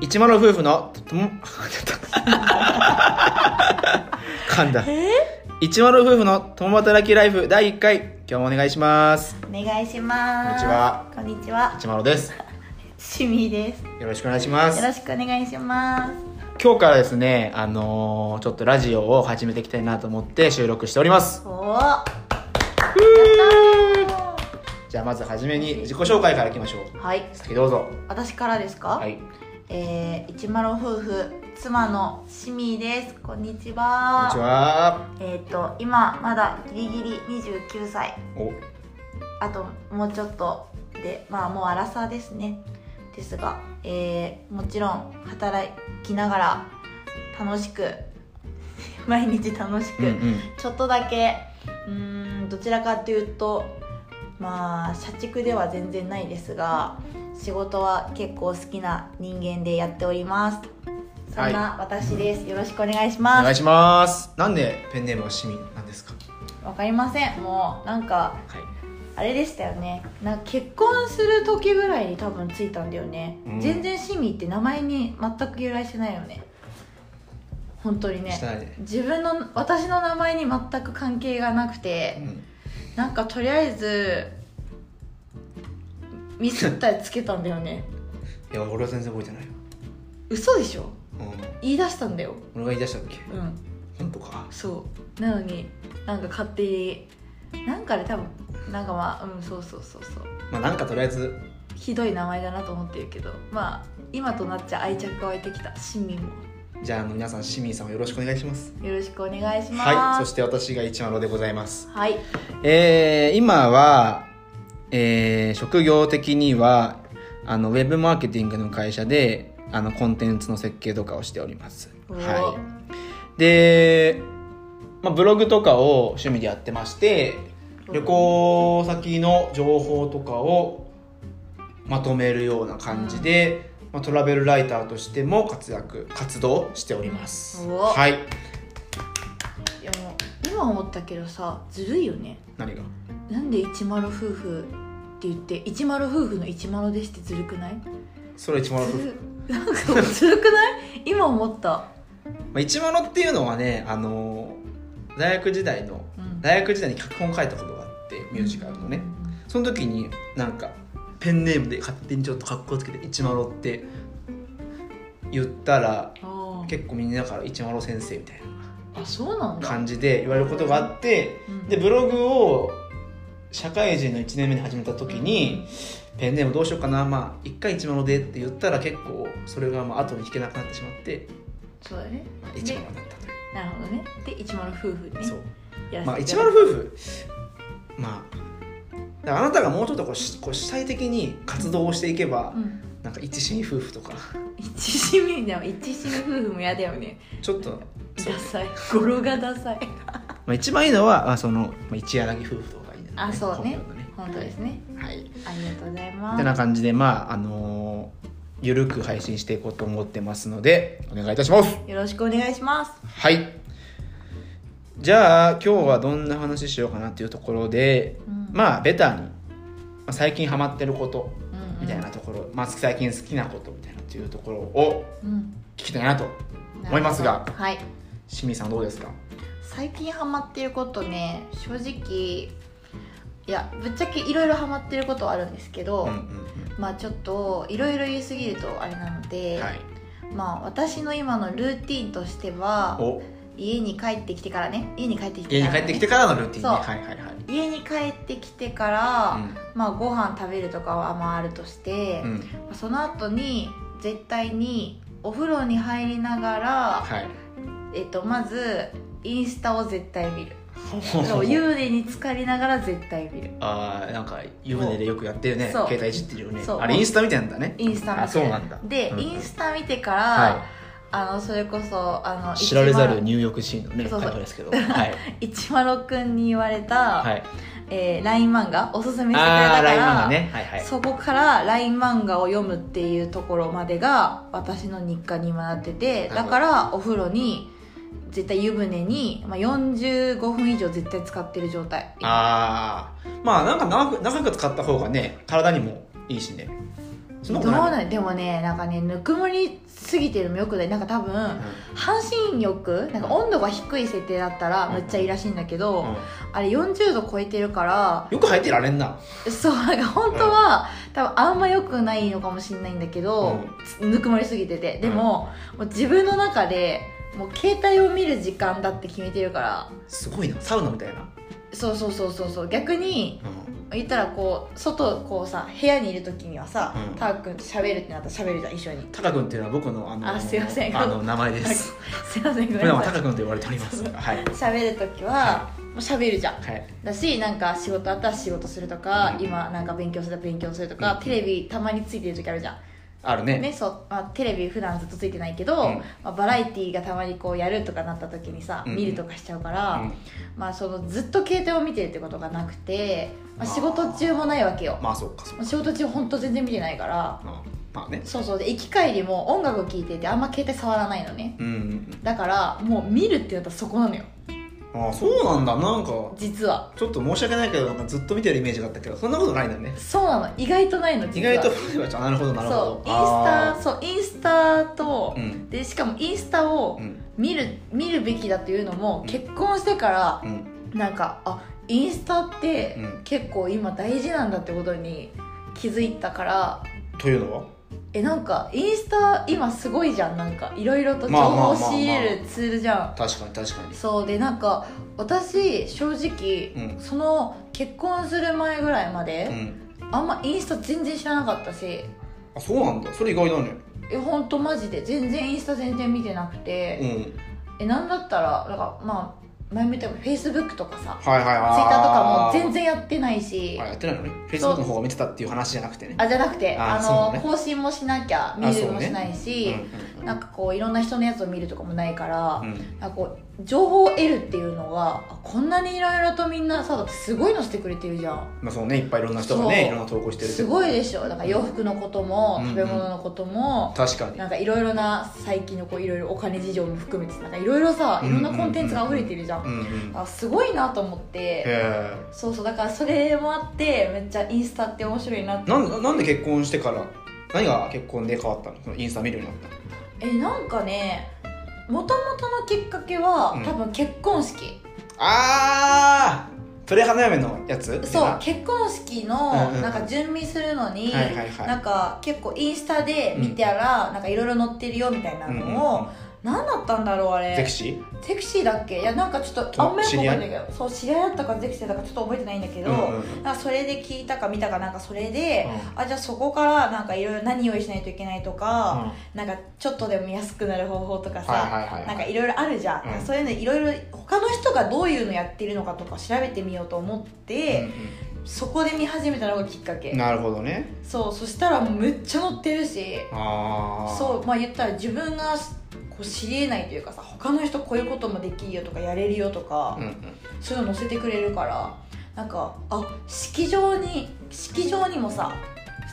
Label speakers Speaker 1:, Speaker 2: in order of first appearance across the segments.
Speaker 1: 一丸夫婦のとと もちょっと噛んだ一丸夫婦の共働きライフ第一回今日もお願いします
Speaker 2: お願いします
Speaker 1: こんにちは
Speaker 2: こんにちは
Speaker 1: 一丸です
Speaker 2: シミです
Speaker 1: よろしくお願いします
Speaker 2: よろしくお願いします
Speaker 1: 今日からですねあのーちょっとラジオを始めていきたいなと思って収録しております
Speaker 2: おお
Speaker 1: じゃあまずはじめに自己紹介からいきましょう
Speaker 2: はい
Speaker 1: 先どうぞ
Speaker 2: 私からですか、
Speaker 1: はい
Speaker 2: えー、一丸夫婦妻のシミですこんにち
Speaker 1: こん
Speaker 2: は
Speaker 1: にちは
Speaker 2: えっ、と今まだギリギリ29歳
Speaker 1: お
Speaker 2: あともうちょっとでまあもうアラサーですねですが、えーもちろん働きながら楽しく 毎日楽しく、
Speaker 1: うんうん
Speaker 2: ちょっとだけうーんどちらかというとまあ社畜では全然ないですが仕事は結構好きな人間でやっておりますそんな私です、よろしくお願いし
Speaker 1: お
Speaker 2: ま
Speaker 1: 願い
Speaker 2: す
Speaker 1: しますなんでペンネームはシミなんですか
Speaker 2: わかりませんもうなんか
Speaker 1: はい
Speaker 2: あれでしたよねなんか結婚する時ぐらいに多分ついたんだよね、
Speaker 1: うん
Speaker 2: 全然シミって名前に全く由来してないよね本当にね
Speaker 1: してないね
Speaker 2: 自分の私の名前に全く関係がなくて、
Speaker 1: うん
Speaker 2: なんかとりあえずミスったやつけたんだよね
Speaker 1: いや俺は全然覚えてないよ、
Speaker 2: 嘘でしょ
Speaker 1: うん、
Speaker 2: 言い出したんだよ
Speaker 1: 俺が言い出したっけ
Speaker 2: うん
Speaker 1: 本当か
Speaker 2: そうなのになんか勝手になんかで多分なんかまあうんそうそうそうそう
Speaker 1: まあなんかとりあえず
Speaker 2: ひどい名前だなと思ってるけどまあ今となっちゃ愛着湧いてきた市民も
Speaker 1: じゃああの皆さん市民さんをよろしくお願いします
Speaker 2: よろしくお願いします
Speaker 1: はいそして私が一丸でございます
Speaker 2: はい
Speaker 1: えー今は、えー職業的にはあのウェブマーケティングの会社であのコンテンツの設計とかをしております
Speaker 2: おー
Speaker 1: はいで、まあ、ブログとかを趣味でやってまして旅行先の情報とかをまとめるような感じで、まあ、トラベルライターとしても活躍活動しております
Speaker 2: お
Speaker 1: はい
Speaker 2: いやもう今思ったけどさずるいよね
Speaker 1: 何が
Speaker 2: なんで一丸夫婦って言って一丸夫婦の一丸ですってずるくない
Speaker 1: それ一丸夫婦
Speaker 2: ずるなんかずるくない今思った、
Speaker 1: まあ、一物っていうのはね、あのー大学時代の
Speaker 2: うん
Speaker 1: 大学時代に脚本書いたことがあってミュージカルのねその時になんかペンネームで勝手にちょっと格好つけて「一丸」って言ったら
Speaker 2: あー
Speaker 1: 結構みんなから「一丸先生」みたい
Speaker 2: あそうなん
Speaker 1: な
Speaker 2: だ、
Speaker 1: 感じで言われることがあって
Speaker 2: うん
Speaker 1: でブログを社会人の1年目に始めた時にペンネームどうしようかなまあ一回一丸でって言ったら結構それがまあ後に引けなくなってしまって
Speaker 2: そうだね
Speaker 1: まあ一丸になったという。
Speaker 2: なるほどねで一丸夫婦ね
Speaker 1: そう
Speaker 2: やら
Speaker 1: まあ、
Speaker 2: せて
Speaker 1: 一
Speaker 2: いた
Speaker 1: 丸
Speaker 2: だ
Speaker 1: 夫
Speaker 2: い
Speaker 1: 婦まあだからあなたがもうちょっとこうしこう主体的に活動をしていけば、
Speaker 2: てうん
Speaker 1: なんか一心夫婦とか
Speaker 2: 一市民でも一市民夫婦も嫌だよね
Speaker 1: ちょっと、そう
Speaker 2: ダサい語呂がダサい
Speaker 1: まあ、一番いいのはあその、まあ、一柳夫婦とかがいいんだよね
Speaker 2: あそうね
Speaker 1: 本名の
Speaker 2: 本当ですね
Speaker 1: はい
Speaker 2: ありがとうございま
Speaker 1: て
Speaker 2: す
Speaker 1: な感じでまああのーゆるく配信していこうと思ってますのでお願いいたします
Speaker 2: よろしくお願いします
Speaker 1: はいじゃあ今日はどんな話しようかなっていうところで、
Speaker 2: うん
Speaker 1: まあベタにまあ最近ハマってること
Speaker 2: うんうん
Speaker 1: みたいなところ、まあ、最近好きなことみたいなっていうところを
Speaker 2: うん
Speaker 1: 聞きたいなと思いますが
Speaker 2: なるほどはい
Speaker 1: 清水さんどうですか
Speaker 2: 最近ハマってることね正直いやぶっちゃけいろいろハマってることはあるんですけど、
Speaker 1: うんうん
Speaker 2: まあちょっといろいろ言い過ぎるとあれなの
Speaker 1: う
Speaker 2: で、
Speaker 1: んはい
Speaker 2: まあ私の今のルーティンとしては
Speaker 1: お
Speaker 2: 家に帰ってきてからね家に帰ってきて
Speaker 1: 家
Speaker 2: か
Speaker 1: に
Speaker 2: ら、
Speaker 1: 帰
Speaker 2: ね、
Speaker 1: ってきてからのルーティンね
Speaker 2: そう
Speaker 1: はいはいはい
Speaker 2: 家に帰ってきてから、まあご飯食べるとかはまああるとして、
Speaker 1: うん、うん、
Speaker 2: まあその後に絶対にお風呂に入りながら、
Speaker 1: はい
Speaker 2: えっとまずインスタを絶対見る そう
Speaker 1: う
Speaker 2: 幽霊に浸かりながら絶対見る
Speaker 1: あーなんか湯船でよくやってるね
Speaker 2: そう
Speaker 1: 携帯いじってるよね
Speaker 2: そう
Speaker 1: あれインスタみたいなんだね
Speaker 2: インスタ見て
Speaker 1: あそうなんだ
Speaker 2: で、
Speaker 1: うんうん
Speaker 2: インスタ見てから、
Speaker 1: は
Speaker 2: あのそれこそあの
Speaker 1: い知られざる
Speaker 2: に
Speaker 1: 入浴シーンのね
Speaker 2: そうそう
Speaker 1: タイトル ですけどはい
Speaker 2: 一丸くんに言われた、
Speaker 1: はい
Speaker 2: えー、LINE 漫画おすすめしてくれた
Speaker 1: あ
Speaker 2: か
Speaker 1: ーラインマン
Speaker 2: ら、
Speaker 1: がねはいはい
Speaker 2: そこから LINE 漫画を読むっていうところまでが私の日課に今なっててだからお風呂に絶対湯船に、まあ、45分以上絶対使ってる状態
Speaker 1: ああまあなんか長く長く使った方がね体にもいいしねそん
Speaker 2: ど
Speaker 1: な
Speaker 2: う
Speaker 1: ことない
Speaker 2: なんでもねなんかねぬくもりすぎてるのもよくないなんか多分半身浴なんか温度が低い設定だったら
Speaker 1: うん
Speaker 2: めっちゃいいらしいんだけ
Speaker 1: う
Speaker 2: ど、
Speaker 1: んうん
Speaker 2: あれ40度超えてるから
Speaker 1: よく入ってられんな
Speaker 2: そうなんか本当は、多分あんま良くないのかもしれないんだけど、ぬくもりすぎててでも,、もう自分の中でもう携帯を見る時間だって決めてるから
Speaker 1: すごいなサウナみたいな、
Speaker 2: そうそうそうそうそう逆に
Speaker 1: うん
Speaker 2: 言ったらこう外こうさ部屋にいる時にはさ、
Speaker 1: うん
Speaker 2: ターくんと喋るってなったら喋るじゃん一緒に
Speaker 1: タカ君っていうのは僕のあの
Speaker 2: あすいません
Speaker 1: あの名前です
Speaker 2: すいません
Speaker 1: 普
Speaker 2: ごめ
Speaker 1: 段
Speaker 2: んな
Speaker 1: は
Speaker 2: さ
Speaker 1: タ
Speaker 2: い
Speaker 1: カ君と呼ばれておりますはい
Speaker 2: 喋る時はもう喋るじゃん
Speaker 1: はい
Speaker 2: だしなんか仕事あったら仕事するとか今なんか勉強すると勉強するとか、
Speaker 1: うん
Speaker 2: テレビたまについてる時あるじゃん
Speaker 1: あるね
Speaker 2: ねそうまあ、テレビ普段ずっとついてないけど、
Speaker 1: うん
Speaker 2: まあ、バラエティーがたまにこうやるとかなった時にさ、
Speaker 1: うん
Speaker 2: 見るとかしちゃうか
Speaker 1: う
Speaker 2: ら、
Speaker 1: ん
Speaker 2: まあ、そのずっと携帯を見てるってことがなくて、まあ、
Speaker 1: あー
Speaker 2: 仕事中もないわけよ、
Speaker 1: まあそうかそうか
Speaker 2: 仕事中本当全然見てないから
Speaker 1: うんまあね
Speaker 2: そうそうで行き帰りも音楽を聴いててあんま携帯触らないのね
Speaker 1: うんうん
Speaker 2: だからもう見るってなったらそこなのよ
Speaker 1: うんああそうなんだなんか
Speaker 2: 実は
Speaker 1: ちょっと申し訳ないけどなんかずっと見てるイメージがあったけどそんなことないんだね
Speaker 2: そうなの意外とないの
Speaker 1: 意
Speaker 2: 実は
Speaker 1: 外と古いわちゃんなるほどなるほど
Speaker 2: そうイン
Speaker 1: あ
Speaker 2: スタそうインスタと、
Speaker 1: ーうん
Speaker 2: でしかもインスタを
Speaker 1: うん
Speaker 2: 見る見るべきだというのも
Speaker 1: うん
Speaker 2: 結婚してから
Speaker 1: うん
Speaker 2: なんかあインスタって
Speaker 1: うん
Speaker 2: 結構今大事なんだってことに気づいたから
Speaker 1: というのは
Speaker 2: えなんかインスタ今すごいじゃんなんかいろいろと情
Speaker 1: まあまあまあま
Speaker 2: 報を
Speaker 1: あ
Speaker 2: 仕入れるツールじゃん
Speaker 1: 確かに確かに
Speaker 2: そうでなんか私正直、
Speaker 1: うん
Speaker 2: その結婚する前ぐらいま
Speaker 1: う
Speaker 2: で、
Speaker 1: ん
Speaker 2: あんまインスタ全然知らなかったし
Speaker 1: あそうなんだそれ意外だね
Speaker 2: え本当マジで全然インスタ全然見てなくて、
Speaker 1: うん
Speaker 2: えなんだったらなんかまあ前も言ったけどフェイスブックとかさ
Speaker 1: はいはい
Speaker 2: ツイッターとかも全
Speaker 1: 然
Speaker 2: 然やってないし
Speaker 1: あやってないのねフェイスブックの方が見てたっていう話じゃなくてね
Speaker 2: あじゃなくて
Speaker 1: あ
Speaker 2: あ
Speaker 1: そう
Speaker 2: の、
Speaker 1: ね
Speaker 2: 更新もしなきゃ見
Speaker 1: あ
Speaker 2: る
Speaker 1: そう
Speaker 2: も
Speaker 1: ね
Speaker 2: しないし、
Speaker 1: うん
Speaker 2: なんかこういろんな人のやつを見るとかもないから、
Speaker 1: うんうん
Speaker 2: なんかこう情報を得るっていうのがあこんなにいろいろとみんなさだってすごいのしてくれてるじゃん
Speaker 1: まあそうねいっぱいいろんな人がね
Speaker 2: そう
Speaker 1: いろんな投稿してるけど
Speaker 2: すごいでしょなんか洋服のことも、
Speaker 1: うん
Speaker 2: 食べ物のことも、
Speaker 1: 確かに
Speaker 2: なんかいろいろな最近のこういろいろお金事情も含めてなんかいろいろさいろんなコンテンツが溢れてるじゃん,、
Speaker 1: うんうん
Speaker 2: あすごいなと思って
Speaker 1: へえ
Speaker 2: そうそうだからそれもあってめっちゃインスタって面白いなって
Speaker 1: なんなんで結婚してから何が結婚で変わったのそのインスタ見るようになっ
Speaker 2: えなんかねもともとのきっかけは、
Speaker 1: うん
Speaker 2: 多分結婚式
Speaker 1: たああプレ花嫁のやつ
Speaker 2: そう結婚式の
Speaker 1: うんうんうん
Speaker 2: なんか準備するのに、
Speaker 1: はいはいはい
Speaker 2: なんか結構インスタで見たら、なんかいろいろ載ってるよみたいな
Speaker 1: うんうんうん
Speaker 2: のを、何だったんだろうあれ
Speaker 1: ゼクシ
Speaker 2: ゼクシーだっけいやなんかちょっと
Speaker 1: と
Speaker 2: あんまりよく覚えてない
Speaker 1: 知
Speaker 2: けどそう知り合いだったかゼクシーだったかちょっと覚えてないんだけ
Speaker 1: ー
Speaker 2: ど、
Speaker 1: うんうんうん
Speaker 2: なんかそれで聞いたか見たかなんかそれで、あじゃあそこからなんかいろいろ何用意しないといけないとか、なんかちょっとでも安くなる方法とかさ、
Speaker 1: はいはいはいはい
Speaker 2: なんかいろいろあるじゃん、
Speaker 1: うん
Speaker 2: そういうのいろいろ他の人がどういうのやってるのかとか調べてみようと思って、そこで見始めたのがきっかけ、
Speaker 1: うんなるほどね
Speaker 2: そうそしたらもうめっちゃ載ってるし
Speaker 1: ああ
Speaker 2: そうまあ言ったら自分がこう知りえないというかさ他の人こういうこともできるよとかやれるよとか、
Speaker 1: うんうん
Speaker 2: そういうの載せてくれるからなんかあ式場に式場にもさ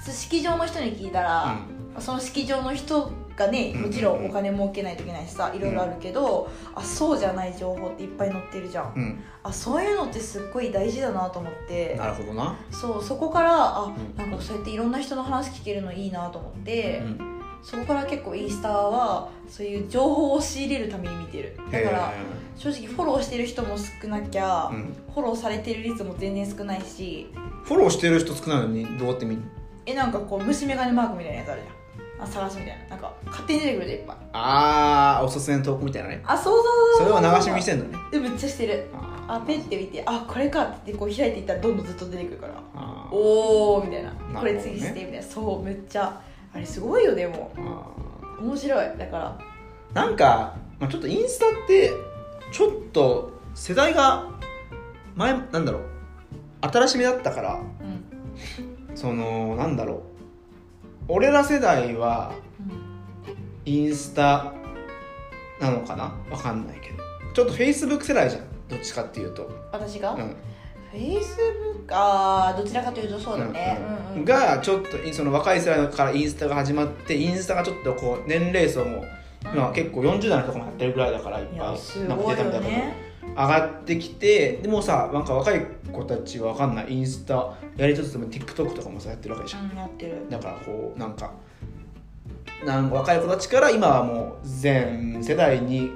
Speaker 2: 普通式場の人に聞いたら、その式場の人がねもちろんお金儲けないといけないしさいろいろあるけど、あそうじゃない情報っていっぱい載ってるじゃん、
Speaker 1: うんうん
Speaker 2: あそういうのってすっごい大事だなと思って
Speaker 1: なるほどな
Speaker 2: そうそこからあ
Speaker 1: ん
Speaker 2: なんかそうやっていろんな人の話聞けるのいいなと思って、
Speaker 1: うん
Speaker 2: そこから結構インスタはそういう情報を仕入れるために見てるだから
Speaker 1: へ
Speaker 2: 正直フォローしてる人も少なきゃ、
Speaker 1: ーうん
Speaker 2: フォローされてる率も全然少ないし
Speaker 1: フォローしてる人少ないのにどうやって見る
Speaker 2: えなんかこう虫眼鏡マークみたいなやつあるじゃんあ探すみたいななんか勝手に出てくるでいっぱい
Speaker 1: ああおすすめの投稿みたいなね
Speaker 2: あそうそう
Speaker 1: そ
Speaker 2: そう
Speaker 1: れ
Speaker 2: う
Speaker 1: を流し見してんだね
Speaker 2: えめっちゃしてる
Speaker 1: あ
Speaker 2: あペッて見てあこれかってこう開いていったらどんどんずっと出てくるから
Speaker 1: ーあー
Speaker 2: おおみたいな
Speaker 1: ほどね
Speaker 2: これ次してみたいなそうめっちゃあれすごいよでも
Speaker 1: あー
Speaker 2: 面白いだから
Speaker 1: なんか、まあ、ちょっとインスタってちょっと世代が前なんだろう新しめだったから
Speaker 2: うん
Speaker 1: そのなんだろう俺ら世代はインスタなのかなわかんないけどちょっとフェイスブック世代じゃんどっちかっていうと、
Speaker 2: 私が、
Speaker 1: う
Speaker 2: フ
Speaker 1: ん
Speaker 2: ェイスブックあーどちらかというとそうだね、
Speaker 1: うん
Speaker 2: うん
Speaker 1: う
Speaker 2: うんん
Speaker 1: がちょっとその若い世代からインスタが始まってインスタがちょっとこう年齢層も今結構40代の人とかもやってるぐらいだからいっ
Speaker 2: い
Speaker 1: ぱ
Speaker 2: や
Speaker 1: い
Speaker 2: す
Speaker 1: なんか
Speaker 2: ご
Speaker 1: 出
Speaker 2: い
Speaker 1: た
Speaker 2: よ
Speaker 1: みたいなこと
Speaker 2: ね
Speaker 1: 上がってきてでもさなんか若い子たちは分かんないインスタやりつつも TikTok とかもさやってるわけじゃん
Speaker 2: うんやってる
Speaker 1: だからこうなんかなん若い子たちから今はもう全世代に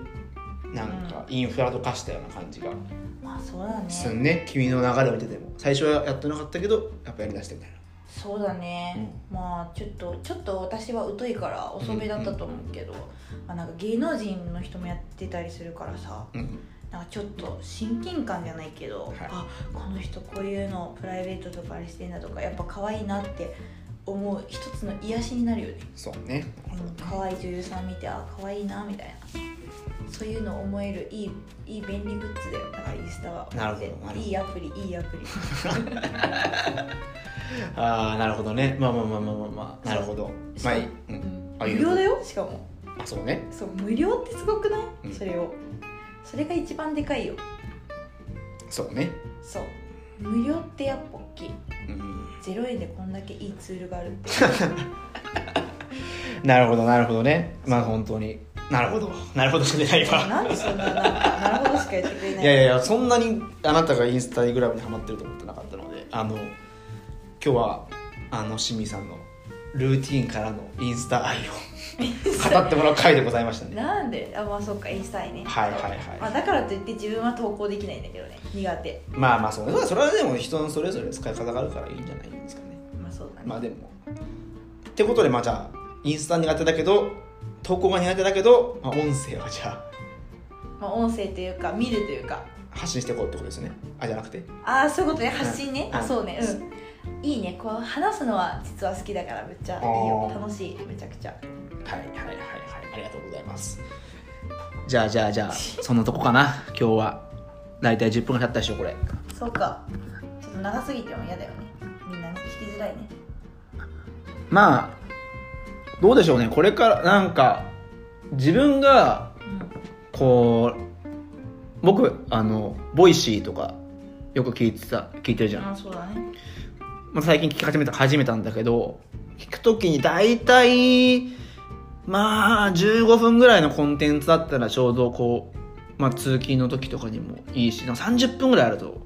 Speaker 1: なんかインフラと化したような感じが
Speaker 2: まあそうだね
Speaker 1: すんね君の流れを見てても最初はやってなかったけどやっぱやりだしてみたいな
Speaker 2: そうだね、まあちょっとちょっと私は疎いから遅めだったと思うけど、まあ、なんか芸能人の人もやってたりするからさ
Speaker 1: うん
Speaker 2: なんかちょっと親近感じゃないけど、
Speaker 1: はい
Speaker 2: あこの人こういうのプライベートとかあれしてんだとかやっぱ可愛いなって思う一つの癒しになるよね
Speaker 1: そうね
Speaker 2: うん可愛い女優さん見てあ可愛いなみたいなそういうの思えるいいいい便利グッズだよだからインスタは
Speaker 1: なるほどなるほど
Speaker 2: いいアプリいいアプリ
Speaker 1: ああなるほどねまあまあまあまあまあまあなるほどまあいい、う、
Speaker 2: うんん
Speaker 1: あ
Speaker 2: 無料だよしかも
Speaker 1: あそうね
Speaker 2: そう無料ってすごくない、
Speaker 1: うん
Speaker 2: それをそれが一番でかいよ
Speaker 1: そうね
Speaker 2: そう無料ってやっぱ大きい
Speaker 1: うん
Speaker 2: 0円でこんだけいいツールがあ るって
Speaker 1: なるほどなるほどねまあ本当になるほどなるほどじゃないわ
Speaker 2: なんでそんななんかなるほどしかやってくれない
Speaker 1: いやいやいやそんなにあなたがインスタグラムにハマってると思ってなかったのであの今日はあの清水さんのルーティンからのインス タ愛を語ってもらう回でございましたね
Speaker 2: なんであまあそっかインスタいね
Speaker 1: はいはいはい
Speaker 2: まあ、だからといって自分は投稿できないんだけどね苦手
Speaker 1: まあまあそうねそれはでも人それぞれ使い方があるからいいんじゃないですかね
Speaker 2: まあそうだね、
Speaker 1: まあでもってことでまあじゃあインスタ苦手だけど投稿が苦手だけど、まあ、音声はじゃあ
Speaker 2: まあ、音声というか見るというか
Speaker 1: 発信していこうってことですねあじゃなくて
Speaker 2: ああそういうことね発信ね、
Speaker 1: うん
Speaker 2: あそうねうんいいねこう話すのは実は好きだからめっちゃいいよ
Speaker 1: あー
Speaker 2: 楽しいめちゃくちゃ
Speaker 1: はいはいはいはいありがとうございますじゃあじゃあじゃあそんなとこかな今日は大体10分が経ったでしょこれ
Speaker 2: そうかちょっと長すぎても嫌だよねみんなね聞きづらいね
Speaker 1: まあどうでしょうねこれからなんか自分がこう僕あのボイシーとかよく聞いてた聞いてるじ
Speaker 2: う
Speaker 1: ゃん
Speaker 2: ん、あそうだね
Speaker 1: まあ、最近聞き始めた始めたんだけど聞くときに大体まあ15分ぐらいのコンテンツだったらちょうどこう、まあ、通勤の時とかにもいいしなんか30分ぐらいあると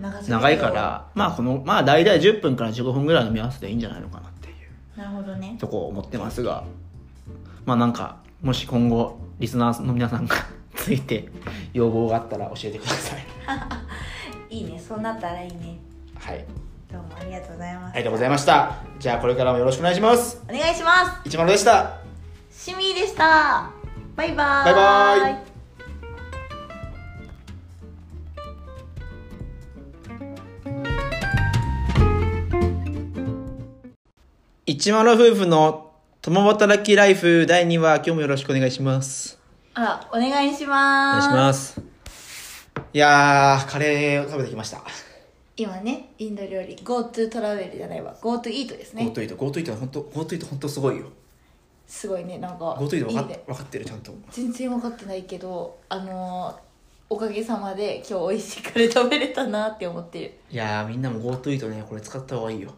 Speaker 2: 長すぎて
Speaker 1: 長いからまあこのまあ大体10分から15分ぐらいの目安でいいんじゃないのかなっていう
Speaker 2: なるほどね
Speaker 1: とこを思ってますがまあなんかもし今後リスナーの皆さんが ついて要望があったら教えてください。
Speaker 2: いいねそうなったらいいね
Speaker 1: はい、
Speaker 2: どうもありがとうございます
Speaker 1: ありがとうございました。じゃあこれからもよろしくお願いします。
Speaker 2: お願いしま
Speaker 1: 一丸でした。
Speaker 2: すシミーでしたバイバーイ
Speaker 1: バイバーイ一丸夫婦の共働きライフ第2話今日もよろしくお願いします
Speaker 2: あらお願いし
Speaker 1: お願
Speaker 2: ま
Speaker 1: い
Speaker 2: す
Speaker 1: しますいやーカレーを食べてきました
Speaker 2: 今ねインド料理 GoTo トラベルじゃないわ GoTo イートですね
Speaker 1: GoTo イート GoTo イートは本当 GoTo イート本当すごいよ
Speaker 2: すごいねなんか
Speaker 1: GoTo イート分かっ
Speaker 2: いいね
Speaker 1: 分かってるちゃんと
Speaker 2: 全然分かってないけどあのーおかげさまで今日美味しいカレー食べれたなって思ってる
Speaker 1: いやーみんなも GoTo イートねこれ使った方がいいよ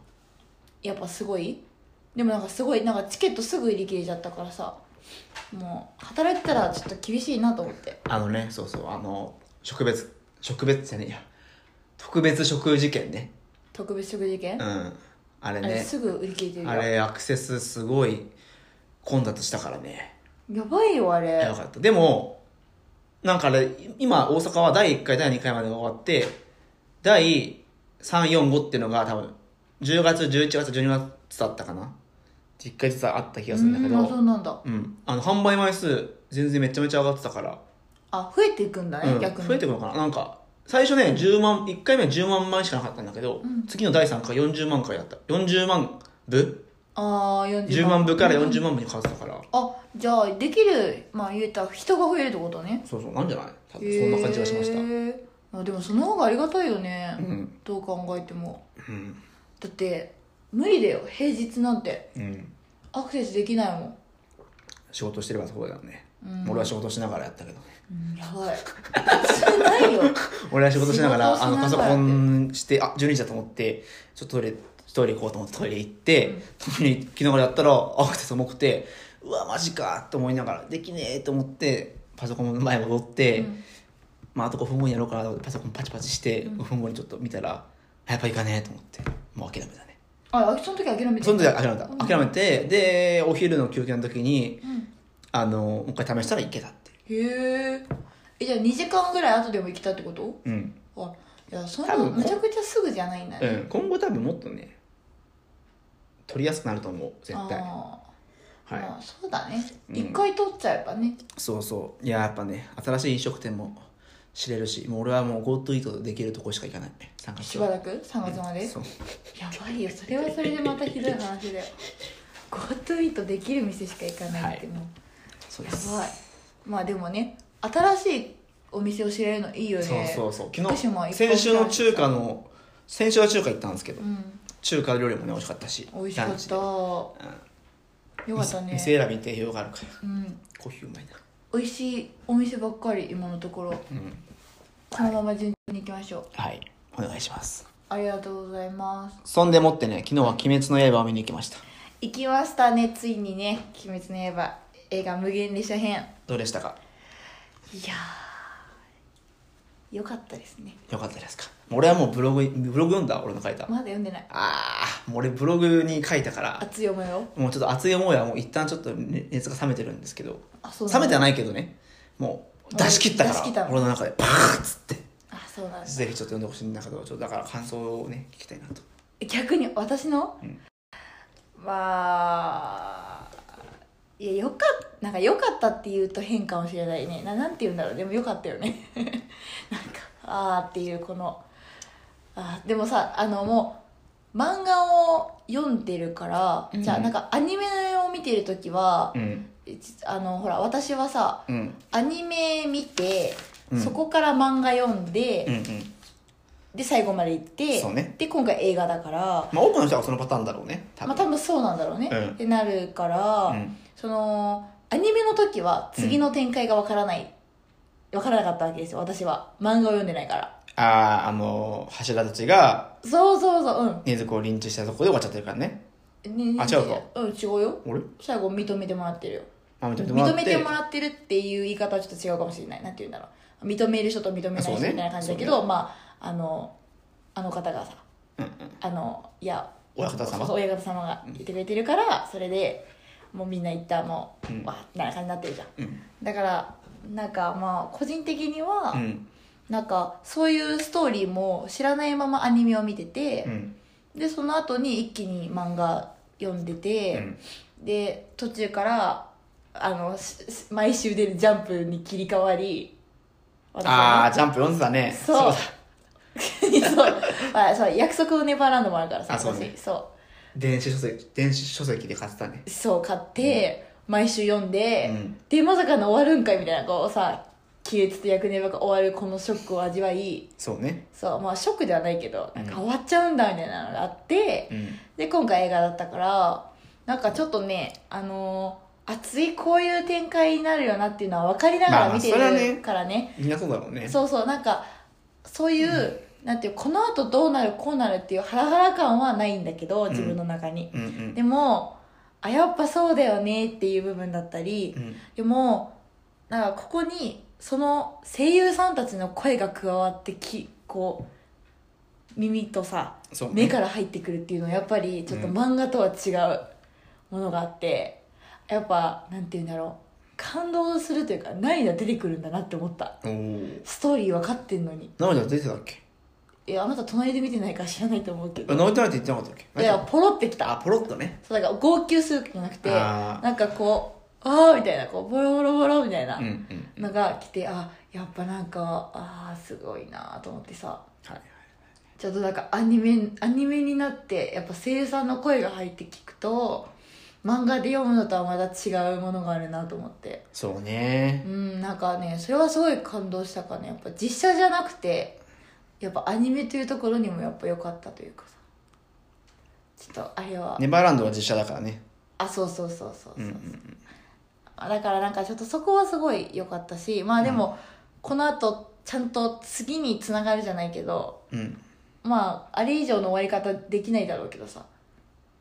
Speaker 2: やっぱすごいでもなんかすごいなんかチケットすぐ売り切れちゃったからさもう働いてたらちょっと厳しいなと思って
Speaker 1: あのねそうそうあの植別植別じゃねえや特別食事券ね
Speaker 2: 特別食事券、
Speaker 1: う
Speaker 2: あ
Speaker 1: んあれ
Speaker 2: れ
Speaker 1: ね
Speaker 2: すぐ売り切れてるよ
Speaker 1: あれアクセスすごい混雑したからね
Speaker 2: やばいよあれ
Speaker 1: やばかったでもなんかあれ今大阪は第1回第2回までが終わって第345っていうのが多分10月11月12月だったかな1回ずつあった気がするんだけ
Speaker 2: うーあそ
Speaker 1: ど
Speaker 2: うなんだ
Speaker 1: うんあの販売枚数全然めちゃめちゃ上がってたから、
Speaker 2: あ増えていくんだね、
Speaker 1: うん
Speaker 2: 逆に
Speaker 1: 増えてくのかななんか最初ね10万1回目は10万枚しかなかったんだけど、次の第3回40万回だった40万部
Speaker 2: ああ40
Speaker 1: 10万部から40万部に変わってたから、
Speaker 2: あじゃあできるまあ言うたら人が増えるってことね
Speaker 1: そうそうなんじゃない多分そんな感じがしました、
Speaker 2: へーあでもその方がありがたいよね、
Speaker 1: うん
Speaker 2: どう考えても
Speaker 1: うん
Speaker 2: だって無理だよ平日なんて
Speaker 1: うん
Speaker 2: アクセスできないもん
Speaker 1: 仕事してればそうだよね、
Speaker 2: うん
Speaker 1: 俺は仕事しながらやったけどね
Speaker 2: うんやばい普通 ないよ
Speaker 1: 俺は仕事しながら
Speaker 2: 仕事
Speaker 1: あ
Speaker 2: をし
Speaker 1: の
Speaker 2: ながら
Speaker 1: パソコンしてあ12時だと思ってちょっとトイレトイレ行こうと思ってトイレ行って、トイレ行きながらやったらアクセス重くてうわマジかと思いながらできねえと思ってパソコンの前戻って、
Speaker 2: うん
Speaker 1: まあ、あと5分後にやろうかなと思ってパソコンパチパチして
Speaker 2: うん
Speaker 1: 5分後にちょっと見たら、あやっぱいかねえと思ってもう諦めたね
Speaker 2: あその時諦めて
Speaker 1: その時は諦めた
Speaker 2: うん
Speaker 1: 諦めてでお昼の休憩の時に
Speaker 2: うん
Speaker 1: あのもう一回試したらいけたって
Speaker 2: へーえじゃあ2時間ぐらい後でも行きたってこと
Speaker 1: いううん、
Speaker 2: あいやそん
Speaker 1: 多
Speaker 2: な
Speaker 1: 分こ
Speaker 2: むちゃくちゃすぐじゃないんだ
Speaker 1: う
Speaker 2: ね、
Speaker 1: ん、今後多分もっとね取りやすくなると思う絶対は
Speaker 2: あー
Speaker 1: い
Speaker 2: まあそうだね
Speaker 1: うん
Speaker 2: 一、回取っちゃえばね
Speaker 1: そうそういややっぱね新しい飲食店も知れるしもう俺はもう GoTo イートできるとこしか行かない参加
Speaker 2: しばらく3月まで、
Speaker 1: そう
Speaker 2: やばいよそれはそれでまたひどい話だよ GoTo イートできる店しか行かないってもう、
Speaker 1: そう
Speaker 2: や
Speaker 1: です
Speaker 2: ばいまあでもね新しいお店を知れるのいいよね
Speaker 1: そうそうそう
Speaker 2: 福
Speaker 1: 昨
Speaker 2: 島いっぱい
Speaker 1: 日先週の中華の先週は中華行ったんですけど
Speaker 2: うん
Speaker 1: 中華料理もね美味しかったし
Speaker 2: 美味しか
Speaker 1: ラン
Speaker 2: っ
Speaker 1: チ
Speaker 2: たよ
Speaker 1: うん
Speaker 2: かったね
Speaker 1: 店選びに定評があるから
Speaker 2: うん
Speaker 1: コーヒーうまいな
Speaker 2: 美味しいお店ばっかり今のところ
Speaker 1: うん
Speaker 2: このまま順調に行きましょう
Speaker 1: はいお願いします
Speaker 2: ありがとうございます
Speaker 1: そんでもってね昨日は「鬼滅の刃」を見に行きました
Speaker 2: 行きましたねついにね「鬼滅の刃」映画「無限列車編」い
Speaker 1: どうでしたか
Speaker 2: やーよかったですね
Speaker 1: よかったですか俺はもうブログブログ読んだ俺の書いた
Speaker 2: まだ読んでない
Speaker 1: あーもう俺ブログに書いたから
Speaker 2: 熱い思いを
Speaker 1: もうちょっと熱い思いはもう一旦ちょっとね熱が冷めてるんですけど
Speaker 2: あそう
Speaker 1: 冷めては
Speaker 2: ない
Speaker 1: ないけどねもう出し切った
Speaker 2: 出し切
Speaker 1: か
Speaker 2: った
Speaker 1: ら
Speaker 2: の
Speaker 1: 俺の中でパーッつって
Speaker 2: あそうなんだ
Speaker 1: ぜひちょっと読んでほしいんだけどちょっとだから感想をね聞きたいなと
Speaker 2: 逆に私の、
Speaker 1: うん
Speaker 2: まあいやよかっなんか良かったって言うと変かもしれないねななんて言うんだろうでも良かったよね なんかああっていうこのあーでもさあのもう漫画を読んでるから、
Speaker 1: うん
Speaker 2: じゃあなんかアニメを見てる時は、
Speaker 1: うん
Speaker 2: じあのほら私はさ
Speaker 1: うん
Speaker 2: アニメ見て、
Speaker 1: うん
Speaker 2: そこから漫画読んで、
Speaker 1: うんうん
Speaker 2: で最後まで行って
Speaker 1: そうね
Speaker 2: で今回映画だから、
Speaker 1: まあ多くの人はそのパターンだろうね多
Speaker 2: まあ多分そうなんだろうね、
Speaker 1: うん
Speaker 2: ってなるから、
Speaker 1: うん
Speaker 2: そのアニメの時は次の展開がわからない、わからなかったわけですよ私は漫画を読んでないから
Speaker 1: あああの柱たちが
Speaker 2: そうそうそう
Speaker 1: 根豆子をリンチしたとこで終わっちゃってるからね
Speaker 2: うん、ねね
Speaker 1: あ違うか
Speaker 2: うん違うよ
Speaker 1: 俺、
Speaker 2: 最後認めてもらってるよ
Speaker 1: まあ、認めてもら
Speaker 2: 認
Speaker 1: って
Speaker 2: めてもらってるっていう言い方はちょっと違うかもしれないなんて言うんだろう認める人と認めない
Speaker 1: そ
Speaker 2: 人
Speaker 1: う
Speaker 2: みた
Speaker 1: ね
Speaker 2: いな感じだけ
Speaker 1: そ
Speaker 2: ど、まああのあの方がさ
Speaker 1: うんうん
Speaker 2: あのいや
Speaker 1: 親方様
Speaker 2: そうそう親方様がいてくれてるから、それでもうみんな一旦もう、
Speaker 1: うん
Speaker 2: わーってな感じになってるじゃん
Speaker 1: うん
Speaker 2: だからなんかまあ個人的には、
Speaker 1: うん
Speaker 2: なんかそういうストーリーも知らないままアニメを見て
Speaker 1: う
Speaker 2: て、
Speaker 1: ん
Speaker 2: でその後に一気に漫画読んでて、で途中からあのしし毎週出る「ジャンプ」に切り替わり私
Speaker 1: ああ
Speaker 2: は
Speaker 1: ジャンプ読んでたね
Speaker 2: そう
Speaker 1: だ
Speaker 2: ね そうあそう約束のネバーランドもあるからさ
Speaker 1: あそうね
Speaker 2: 私そう
Speaker 1: 電子書籍電子書籍で買ってたね
Speaker 2: そう買って、毎週読んで、
Speaker 1: うん
Speaker 2: でまさかの終わるんかいみたいなこうさ亀裂と役ネバが終わるこのショックを味わい
Speaker 1: そうね
Speaker 2: そうまあショックではないけどなん
Speaker 1: う
Speaker 2: か
Speaker 1: ん
Speaker 2: 終わっちゃうんだみたいなのがあって、
Speaker 1: うん
Speaker 2: で今回映画だったからなんかちょっとねあのー熱いこういう展開になるよなっていうのは分かりなが
Speaker 1: まあ
Speaker 2: ら
Speaker 1: まあ
Speaker 2: 見て
Speaker 1: それはね
Speaker 2: るからね,、
Speaker 1: みんなそうだろうね
Speaker 2: そうそうなんかそういう、なんていうこのあとどうなるこうなるっていうハラハラ感はないんだけど自分の中に、
Speaker 1: うんうん
Speaker 2: でもあやっぱそうだよねっていう部分だったり
Speaker 1: うん
Speaker 2: でもなんかここにその声優さんたちの声が加わってきこう耳とさ
Speaker 1: そうね
Speaker 2: 目から入ってくるっていうのはやっぱりちょっと漫画とは違うものがあってやっぱなんて言うんだろう感動するというか涙出てくるんだなって思った
Speaker 1: おお
Speaker 2: ストーリー分かってんのに
Speaker 1: 涙出てたっけ
Speaker 2: いやあなた隣で見てないから知らないと思うけ
Speaker 1: あ
Speaker 2: ど
Speaker 1: 泣いてないって言ってなかったっけ
Speaker 2: いやポロってきた
Speaker 1: あポロッとね
Speaker 2: そうなんか号泣するとかじゃなくて
Speaker 1: あー
Speaker 2: なんかこうああみたいなこうボロボロボロみたいな
Speaker 1: うんうん
Speaker 2: のが来て、あやっぱなんかああすごいなと思ってさ
Speaker 1: はいはい
Speaker 2: ちょっとなんかアニメアニメになってやっぱ声優さんの声が入って聞くと漫画で読むのとはまた違うものがあるなと思って
Speaker 1: そうね
Speaker 2: うんなんかねそれはすごい感動したかねやっぱ実写じゃなくてやっぱアニメというところにもやっぱ良かったというかさちょっとあれは、
Speaker 1: ネバーランドは実写だからね
Speaker 2: あそうそうそうそうそう
Speaker 1: う
Speaker 2: そ
Speaker 1: ん
Speaker 2: う、
Speaker 1: うん
Speaker 2: あだからなんかちょっとそこはすごい良かったしまあでも、このあとちゃんと次につながるじゃないけど
Speaker 1: うんうん
Speaker 2: まああれ以上の終わり方できないだろうけどさ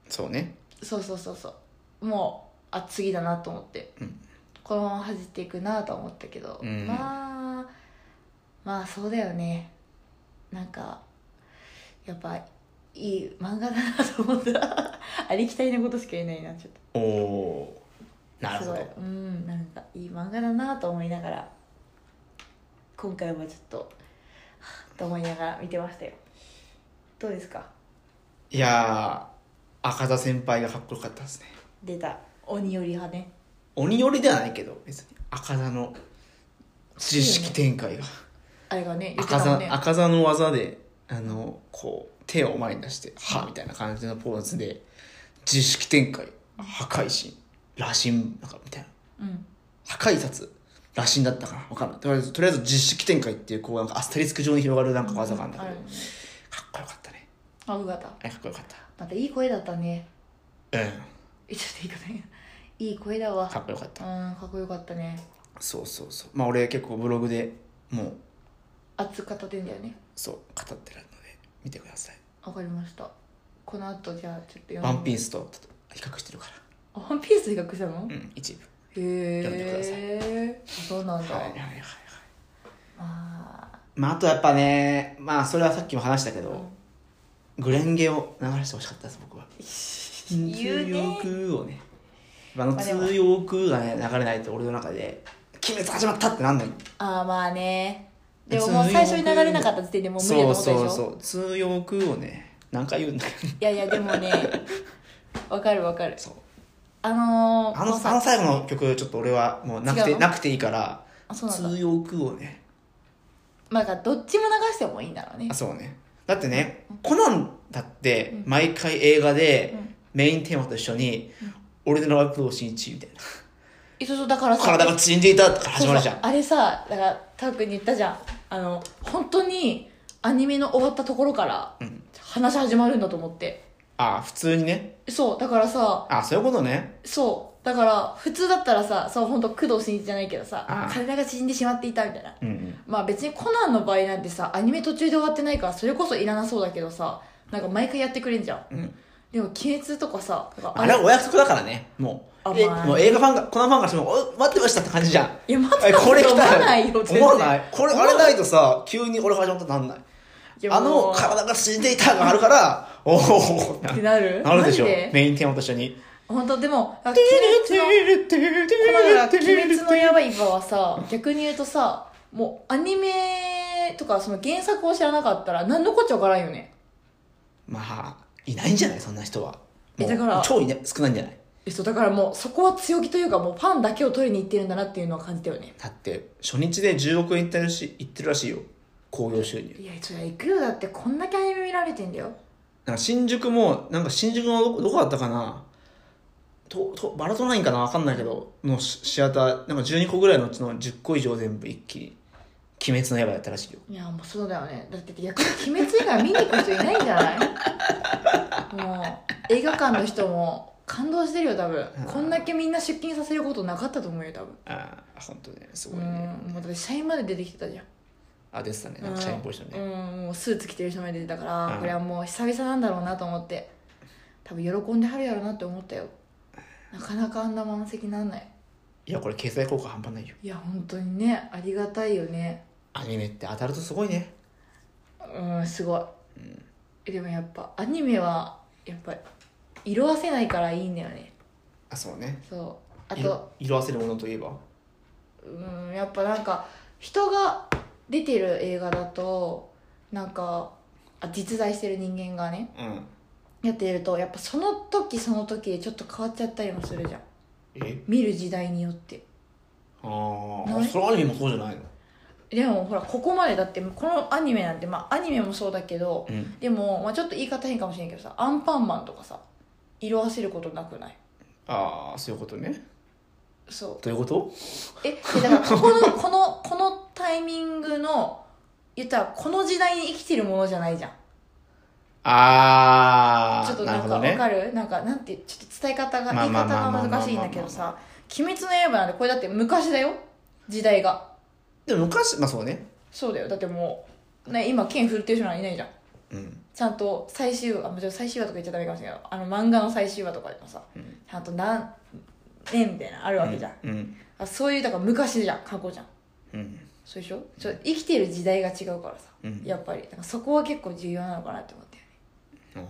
Speaker 1: そうね
Speaker 2: そうそうそうそうもうあ次だなと思って、
Speaker 1: うん
Speaker 2: このまま走っていくなとは思ったけど、
Speaker 1: うん
Speaker 2: まあまあそうだよねなんかやっぱいい漫画だなと思った ありきたりなことしか言えないなちょっと
Speaker 1: おおーなる
Speaker 2: す
Speaker 1: ほ
Speaker 2: ごい
Speaker 1: ど
Speaker 2: うんなんかいい漫画だなと思いながら今回はちょっとはぁと思いながら見てましたよどうですか
Speaker 1: いやー赤田先輩がかっこよかったですね
Speaker 2: 出た鬼より派ね
Speaker 1: 鬼寄りではないけど別に赤座の知識展開が、
Speaker 2: あれがね言って
Speaker 1: 赤
Speaker 2: たも
Speaker 1: 座
Speaker 2: んね
Speaker 1: 赤座の技であのこう手を前に出して「は」みたいな感じのポーズで知識展開破壊神羅針なんかみたいな
Speaker 2: うん
Speaker 1: 破壊札羅針だったかな分かんないとりあえずとりあえず実式展開っていうこうなんかアスタリスク状に広がるなんか技があるんだけど、
Speaker 2: るも
Speaker 1: か
Speaker 2: ね
Speaker 1: っこよかったね
Speaker 2: あ尾形
Speaker 1: あれかっこよかっ
Speaker 2: またいい声だったね
Speaker 1: たうん
Speaker 2: えちょっといいかね いい声だわ
Speaker 1: かっこよかった
Speaker 2: うんかっこよかったね
Speaker 1: そうそうそうまあ俺結構ブログでもう
Speaker 2: 熱く語ってんだよね
Speaker 1: そう語ってるので見てください
Speaker 2: わかりましたこの後じゃあちょっと読んで
Speaker 1: 「ワンピースと比較してるから
Speaker 2: あワンピース比較したの、
Speaker 1: う
Speaker 2: へ
Speaker 1: ん一部読んでください
Speaker 2: えそうなんだ、
Speaker 1: はいはいはいはい
Speaker 2: まあ
Speaker 1: まああとやっぱねまあそれはさっきも話したけど、
Speaker 2: うん
Speaker 1: グレンゲを流してほしかったです僕は
Speaker 2: 言うね
Speaker 1: 通用句をねあの通用句がね流れないと俺の中で「鬼滅始まった!」ってなんない
Speaker 2: ああまあねでももう最初に流れなかった時点でもう無理だと
Speaker 1: そう
Speaker 2: 思ったでしょ
Speaker 1: そうそう通用句をね何回言 うんだよ
Speaker 2: いやいやで もねわかるわかる
Speaker 1: そう
Speaker 2: あのー、
Speaker 1: あ
Speaker 2: もう
Speaker 1: の
Speaker 2: さ
Speaker 1: あの最後の曲ちょっと俺はもうなく
Speaker 2: 違う
Speaker 1: て
Speaker 2: の
Speaker 1: なくていいから
Speaker 2: あそうなん
Speaker 1: 通
Speaker 2: だ
Speaker 1: 用句をね
Speaker 2: まあなんかどっちも流してもいいんだろうね
Speaker 1: あそうねだってね、コナンだって毎回映画で
Speaker 2: うん
Speaker 1: メインテーマと一緒に「俺のラブプロ新一」みたいな
Speaker 2: えそうそうだからさ
Speaker 1: 体が縮んでいたから始まるじゃん
Speaker 2: そうそうあれさだからたくに言ったじゃんあの本当にアニメの終わったところから
Speaker 1: うん
Speaker 2: 話始まるんだと思って、
Speaker 1: あ普通にね
Speaker 2: そうだからさ
Speaker 1: あそういうことね
Speaker 2: そうだから普通だったらさそう本当工藤新一じゃないけどさ
Speaker 1: ああ
Speaker 2: 体が縮んでしまっていたみたいな
Speaker 1: うんうん
Speaker 2: まあ別にコナンの場合なんてさアニメ途中で終わってないからそれこそいらなそうだけどさなんか毎回やってくれんじゃん
Speaker 1: うん
Speaker 2: でも「鬼滅」とかさなんか
Speaker 1: あれはお約束だからねもう
Speaker 2: あ
Speaker 1: え
Speaker 2: まあ
Speaker 1: もう映画ファンがこのファンからしてもお待ってましたって感じじゃん
Speaker 2: いや待って
Speaker 1: え
Speaker 2: た
Speaker 1: これ来
Speaker 2: 思
Speaker 1: た
Speaker 2: わ
Speaker 1: よ
Speaker 2: ないよ全然
Speaker 1: 思わないこれあれないとさ急に俺始まったらなんない
Speaker 2: いや
Speaker 1: あ
Speaker 2: も
Speaker 1: の
Speaker 2: う
Speaker 1: 体が縮んでいたがあるからおお
Speaker 2: ってなる
Speaker 1: なるでしょ
Speaker 2: マジで
Speaker 1: メインテーマと一緒に
Speaker 2: 本当でも「あ
Speaker 1: この
Speaker 2: 鬼滅の」だから鬼滅の刃はさ逆に言うとさもうアニメとかその原作を知らなかったら何のこっちゃわからんよね
Speaker 1: まあいないんじゃないそんな人は
Speaker 2: え
Speaker 1: もう
Speaker 2: だから
Speaker 1: 超いない少ないんじゃない
Speaker 2: えそうだからもうそこは強気というかもうファンだけを取りに行ってるんだなっていうのは感じたよね
Speaker 1: だって初日で10億円いってるしいってるらしいよ興行収入
Speaker 2: いやそりゃ行くよだってこんだけアニメ見られてんだよ
Speaker 1: なんか新宿もなんか新宿のどこどこだったかなととバラトナインかなわかんないけどのシシアターなんか12個ぐらいのうちの10個以上全部一気に「鬼滅の刃」やったらしいよ
Speaker 2: いやもうそうだよねだって逆に鬼滅以外見に行く人いないんじゃ ないもう映画館の人も感動してるよ多分
Speaker 1: うん
Speaker 2: こんだけみんな出勤させることなかったと思うよ多分
Speaker 1: ああ本当ねす
Speaker 2: う
Speaker 1: ごいね
Speaker 2: んもうだって社員まで出てきてたじゃん
Speaker 1: あ出てたねなんか社員っぽい人ね、
Speaker 2: うんもうスーツ着てる人も出てたか
Speaker 1: う
Speaker 2: ら
Speaker 1: ん
Speaker 2: これはもう久々なんだろうなと思って多分喜んではるやろなって思ったよなかなかあんな満席なんない
Speaker 1: いやこれ経済効果半端ないよ
Speaker 2: いや本当にねありがたいよね
Speaker 1: アニメって当たるとすごいね
Speaker 2: うんすごい、でもやっぱアニメはやっぱ色あせないからいいんだよね
Speaker 1: あそうね
Speaker 2: そうあと
Speaker 1: 色色あせるものといえば
Speaker 2: うんやっぱなんか人が出てる映画だとなんかあ実在してる人間がね
Speaker 1: うん
Speaker 2: やってるとやっぱその時その時でちょっと変わっちゃったりもするじゃん
Speaker 1: え
Speaker 2: 見る時代によって
Speaker 1: あー
Speaker 2: ない
Speaker 1: あそれアニメもそうじゃないの
Speaker 2: でもほらここまでだってこのアニメなんてまあアニメもそうだけど
Speaker 1: うん
Speaker 2: でも、まあ、ちょっと言い方変かもしれんけどさアンパンマンとかさ色あせることなくない
Speaker 1: ああそういうことね
Speaker 2: そう
Speaker 1: どういうこと
Speaker 2: えでだからここの このこのタイミングの言ったらこの時代に生きてるものじゃないじゃん
Speaker 1: ああ
Speaker 2: ちょっとなんかわかるなんかなんてちょっと伝え方が
Speaker 1: ま
Speaker 2: 言
Speaker 1: あ
Speaker 2: い
Speaker 1: まあ
Speaker 2: 方
Speaker 1: まあ
Speaker 2: が
Speaker 1: まあ
Speaker 2: 難しいんだけど
Speaker 1: まあ
Speaker 2: さ「鬼滅の刃」なんてこれだって昔だよ時代が
Speaker 1: でも昔まあそうね
Speaker 2: そうだよだってもう、ね、今剣振るってる人なんかいないじゃん
Speaker 1: うん
Speaker 2: ちゃんと最終話あもちろん最終話とか言っちゃダメかもしれないけどあの漫画の最終話とかでもさ、
Speaker 1: ん
Speaker 2: ちゃんと何年みたいなのあるわけじゃん、
Speaker 1: うん
Speaker 2: あそういうだから昔じゃん過去じゃん
Speaker 1: うん
Speaker 2: そうでしょちょ生きてる時代が違うからさ、
Speaker 1: うん
Speaker 2: やっぱりなんかそこは結構重要なのかなって思ったよね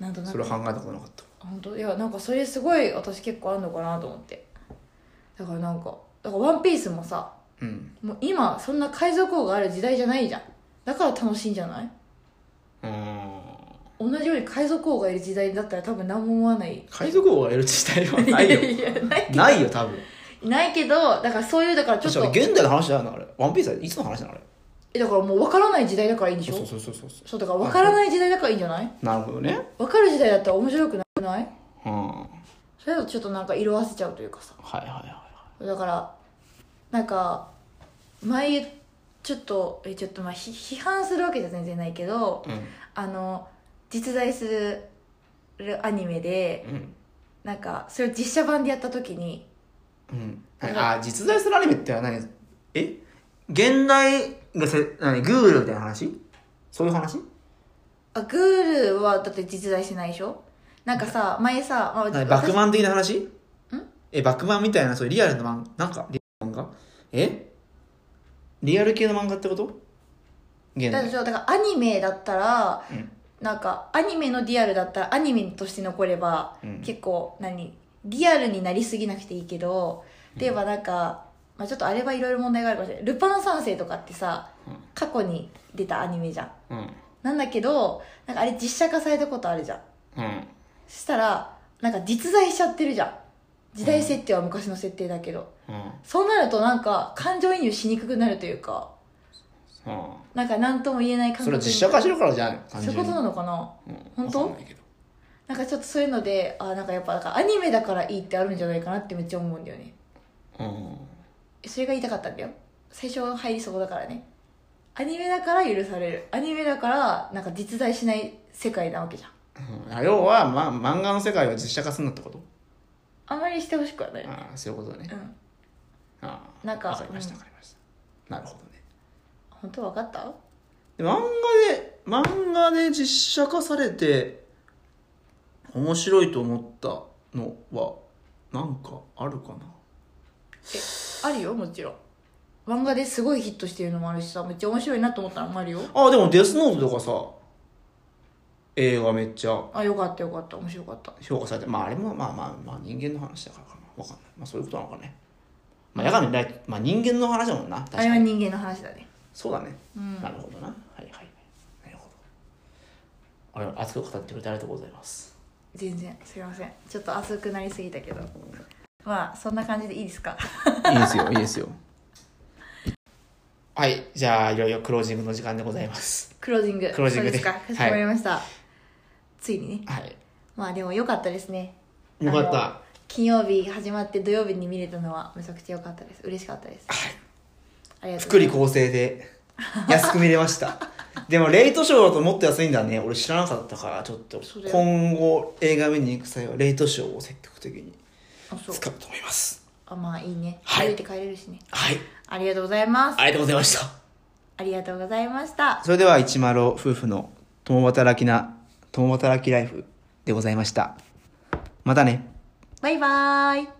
Speaker 2: なんとな
Speaker 1: そ
Speaker 2: く
Speaker 1: れは考えたことなかった
Speaker 2: 本当いやなんかそれすごい私結構あるのかなと思ってだからなんかだからワンピースもさ
Speaker 1: うん
Speaker 2: もう今そんな海賊王がある時代じゃないじゃんだから楽しいんじゃない
Speaker 1: うん
Speaker 2: 同じように海賊王がいる時代だったら多分何も思わない
Speaker 1: 海賊王がいる時代は ないよ
Speaker 2: いやない
Speaker 1: ないよ多分
Speaker 2: ないけどだからそういうだからちょっ
Speaker 1: 確か
Speaker 2: と
Speaker 1: に現代の話だよなあれワンピースはいつの話なのあれ
Speaker 2: えだからもう分からない時代だからいいんでしょ
Speaker 1: そうそうそうそうそ
Speaker 2: そうだから分からない時代だからいいんじゃないう
Speaker 1: なるほどね
Speaker 2: 分かる時代だったら面白くなくない
Speaker 1: うんはい
Speaker 2: それだとちょっとなんか色あせちゃうというかさ
Speaker 1: はいは
Speaker 2: だからなんか前言っちょっとえちょっとまあひ批判するわけじゃ全然ないけど
Speaker 1: いはい
Speaker 2: あの実在するアニメで
Speaker 1: うんうん
Speaker 2: なんかそれを実写版でやった時に
Speaker 1: うん、あ実在するアニメってのは何え現代がせ何グールみたいな話そういう話
Speaker 2: あグールはだって実在してないでしょなんかさ前さ、まあ、
Speaker 1: 何
Speaker 2: 私
Speaker 1: バックマン的な話えバックマンみたいなそういうリアルな漫画なんかリアルな漫画えリアル系の漫画ってこと現
Speaker 2: だか
Speaker 1: 代
Speaker 2: らだからアニメだったら、
Speaker 1: うん
Speaker 2: なんかアニメのリアルだったらアニメとして残れば、
Speaker 1: うん
Speaker 2: 結構何リアルになりすぎなくていいけど、ではなんか、まあ、ちょっとあれはいろいろ問題があるかもしれない「ルパン三世」とかってさ
Speaker 1: うん
Speaker 2: 過去に出たアニメじゃん
Speaker 1: うん
Speaker 2: なんだけどなんかあれ実写化されたことあるじゃん
Speaker 1: うん
Speaker 2: そしたらなんか実在しちゃってるじゃん時代設定は昔の設定だけど、
Speaker 1: うん
Speaker 2: そうなるとなんか感情移入しにくくなるというか
Speaker 1: うん
Speaker 2: なんか何とも言えない感
Speaker 1: そ
Speaker 2: 覚
Speaker 1: れは
Speaker 2: に
Speaker 1: 実写化してるからじゃない
Speaker 2: そ
Speaker 1: 感
Speaker 2: ういうことなのかな本当
Speaker 1: わかんないけど
Speaker 2: なんかちょっとそういうのであなんかやっぱなんかアニメだからいいってあるんじゃないかなってめっちゃ思うんだよね
Speaker 1: うん
Speaker 2: それが言いたかったんだよ最初入りそこだからねアニメだから許されるアニメだからなんか実在しない世界なわけじゃん
Speaker 1: うん要は、ま、漫画の世界を実写化するのってこと
Speaker 2: あんまりしてほしくはない
Speaker 1: ああそういうことね
Speaker 2: うん
Speaker 1: ああ
Speaker 2: なんか
Speaker 1: わかりました
Speaker 2: うん
Speaker 1: わかりましたなるほどね
Speaker 2: 本当わかった
Speaker 1: で漫画で漫画で実写化されて面白いと思ったのはなんかあるか
Speaker 2: あるよもちろん漫画ですごいヒットしてるのもあるしさめっちゃ面白いなと思ったのもあるよ
Speaker 1: なあでもデスノートとかさ映画めっちゃ
Speaker 2: あよかったよかった面白かった
Speaker 1: 評価されてまああれもまあまあまあ人間の話だからかなわかんないまあそういうことなのかねまあ矢神ライトまあ人間の話だもんな確
Speaker 2: あ
Speaker 1: か
Speaker 2: れは
Speaker 1: に
Speaker 2: 人間の話だね
Speaker 1: そうだね、なるほどなはいはいなるほどあれ熱く語ってくれてありがとうございます
Speaker 2: 全然すいませんちょっと熱くなりすぎたけどまあそんな感じでいいですか
Speaker 1: いいですよ、いいですよ。はい、じゃあ、いよいよクロージングの時間でございます。
Speaker 2: クロージング
Speaker 1: クロージング
Speaker 2: そうで
Speaker 1: です
Speaker 2: か
Speaker 1: は
Speaker 2: か
Speaker 1: い
Speaker 2: しこまりました、ついにね
Speaker 1: はい。
Speaker 2: まあでも良かったですね
Speaker 1: よかっ
Speaker 2: あの
Speaker 1: た。
Speaker 2: 金曜日始まって土曜日に見れたのはめちゃくちゃ良かったです嬉しかったです
Speaker 1: はい。
Speaker 2: ありがと
Speaker 1: 福
Speaker 2: うござ
Speaker 1: 利
Speaker 2: いま
Speaker 1: 厚
Speaker 2: す
Speaker 1: 生で、安く見れました。 でも、レイトショーだともっと安いんだね。俺知らなかったから、ちょっと
Speaker 2: そうだ、よ
Speaker 1: 今後映画見に行く際は、レイトショーを積極的に
Speaker 2: あそう
Speaker 1: 使うと思います。
Speaker 2: あまあいいね
Speaker 1: はい
Speaker 2: 歩いて帰れるしね
Speaker 1: はい。
Speaker 2: ありがとうございます
Speaker 1: ありがとうございました。
Speaker 2: ありがとうございました
Speaker 1: それでは、一丸夫婦の共働きな、共働きライフでございました。またね。
Speaker 2: バイバーイ